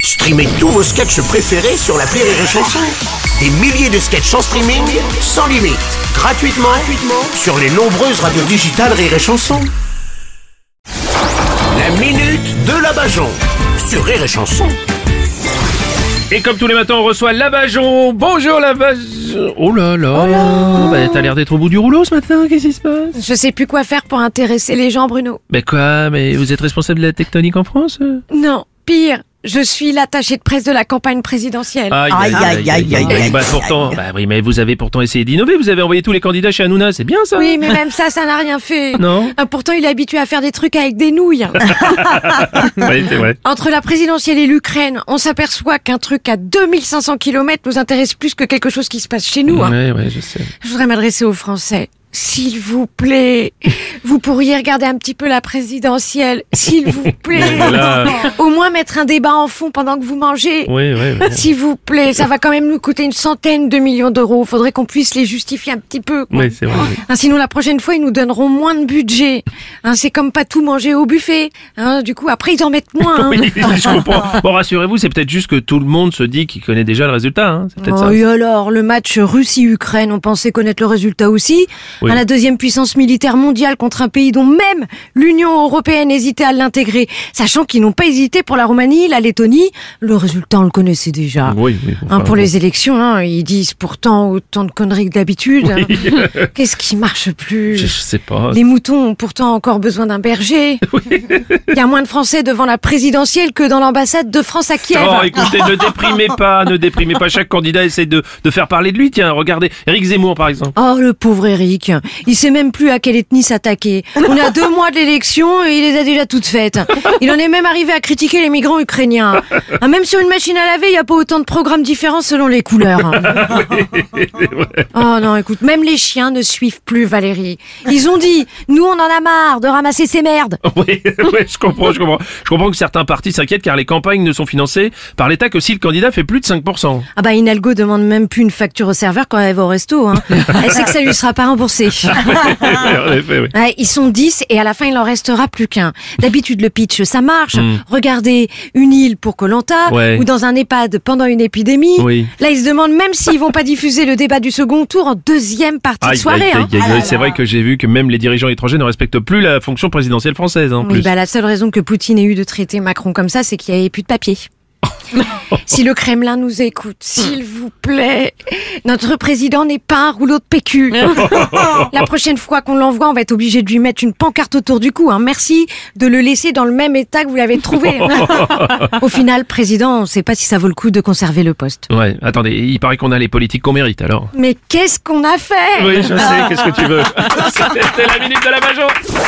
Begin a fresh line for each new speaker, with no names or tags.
Streamez tous vos sketchs préférés sur la Rire et Chanson. Des milliers de sketchs en streaming, sans limite, gratuitement, gratuitement sur les nombreuses radios digitales Rire et Chanson. La minute de la Bajon sur Rire et Chanson.
Et comme tous les matins, on reçoit Labajon. Bonjour Labajon. Oh là là. Bah, T'as l'air d'être au bout du rouleau ce matin. Qu'est-ce qui se passe
Je sais plus quoi faire pour intéresser les gens, Bruno.
Bah quoi Mais vous êtes responsable de la tectonique en France euh
Non, pire, je suis l'attachée de presse de la campagne présidentielle.
Ah.
Aïe, aïe, aïe, aïe,
Bah
aïe,
pourtant, bah oui, mais vous avez pourtant essayé d'innover. Vous avez envoyé tous les candidats chez Hanouna. C'est bien ça
Oui, mais même ça, ça n'a rien fait.
Non.
Ah, Pourtant, il est habitué à faire des trucs avec des nouilles.
Oui, c'est vrai.
Entre la présidentielle et l'Ukraine, on s'aperçoit qu'un truc à 2500 km nous intéresse plus que quelque chose qui se passe chez nous. hein.
Ouais, ouais, je sais.
Je voudrais m'adresser aux Français. S'il vous plaît, vous pourriez regarder un petit peu la présidentielle. S'il vous plaît,
Là.
au moins mettre un débat en fond pendant que vous mangez.
Oui, oui.
S'il vous plaît, ça va quand même nous coûter une centaine de millions d'euros. Faudrait qu'on puisse les justifier un petit peu. quoi.
Oui, c'est vrai. oui.
Hein, sinon, la prochaine fois, ils nous donneront moins de budget. Hein, c'est comme pas tout manger au buffet. Hein, du coup, après, ils en mettent moins. hein.
Oui, je comprends. Bon, rassurez-vous, c'est peut-être juste que tout le monde se dit qu'il connaît déjà le résultat. hein. C'est peut-être
Oh,
ça.
et alors, le match Russie-Ukraine, on pensait connaître le résultat aussi.
Oui.
À la deuxième puissance militaire mondiale contre un pays dont même l'Union européenne hésitait à l'intégrer, sachant qu'ils n'ont pas hésité pour la Roumanie, la Lettonie. Le résultat, on le connaissait déjà.
Oui, oui,
Hein,
enfin,
pour les élections, hein, ils disent pourtant autant de conneries que d'habitude. hein. Qu'est-ce qui marche plus
Je, je sais pas.
Les moutons ont pourtant encore besoin d'un berger. Il y a moins de Français devant la présidentielle que dans l'ambassade de France à Kiev.
Oh, écoutez, ne déprimez pas, ne déprimez pas. Chaque candidat essaie de, de faire parler de lui. Tiens, regardez, Eric Zemmour, par exemple.
Oh, le pauvre Eric. Il sait même plus à quelle ethnie s'attaquer. On a deux mois de l'élection et il les a déjà toutes faites. Il en est même arrivé à critiquer les migrants ukrainiens. Ah, même sur une machine à laver, il n'y a pas autant de programmes différents selon les couleurs. Oh non, écoute, même les chiens ne suivent plus Valérie. Ils ont dit, nous on en a marre de ramasser ces merdes.
Oui, oui, je comprends, je comprends. Je comprends que certains partis s'inquiètent car les campagnes ne sont financées par l'État que si le candidat fait plus de 5%.
Ah bah Hidalgo demande même plus une facture au serveur quand elle va au resto. Hein. Elle sait que ça lui sera pas remboursé. Ah.
en effet, oui.
Ouais, ils sont 10 et à la fin il en restera plus qu'un. D'habitude le pitch ça marche. Regardez une île pour Colanta
Hmm. Ouais.
ou dans un EHPAD pendant une épidémie.
Oui.
Là ils se demandent même s'ils vont pas diffuser le débat du second tour en deuxième partie de
Aïe, aïe,
soirée. hein.
aïe, aïe, aïe. C'est vrai que j'ai vu que même les dirigeants étrangers ne respectent plus la fonction présidentielle française. hein, en
Oui,
plus.
bah, la seule raison que Poutine ait eu de traiter Macron comme ça, c'est qu'il n'y avait plus de papier. si le Kremlin nous écoute, s'il vous plaît, notre président n'est pas un rouleau de PQ. la prochaine fois qu'on l'envoie, on va être obligé de lui mettre une pancarte autour du cou. hein. Merci de le laisser dans le même état que vous l'avez trouvé. Au final, président, on ne sait pas si ça vaut le coup de conserver le poste.
Ouais, attendez, il paraît qu'on a les politiques qu'on mérite alors. Ah.
Mais qu'est-ce qu'on a fait
Oui, je sais, qu'est-ce que tu veux C'était la minute de la Bajon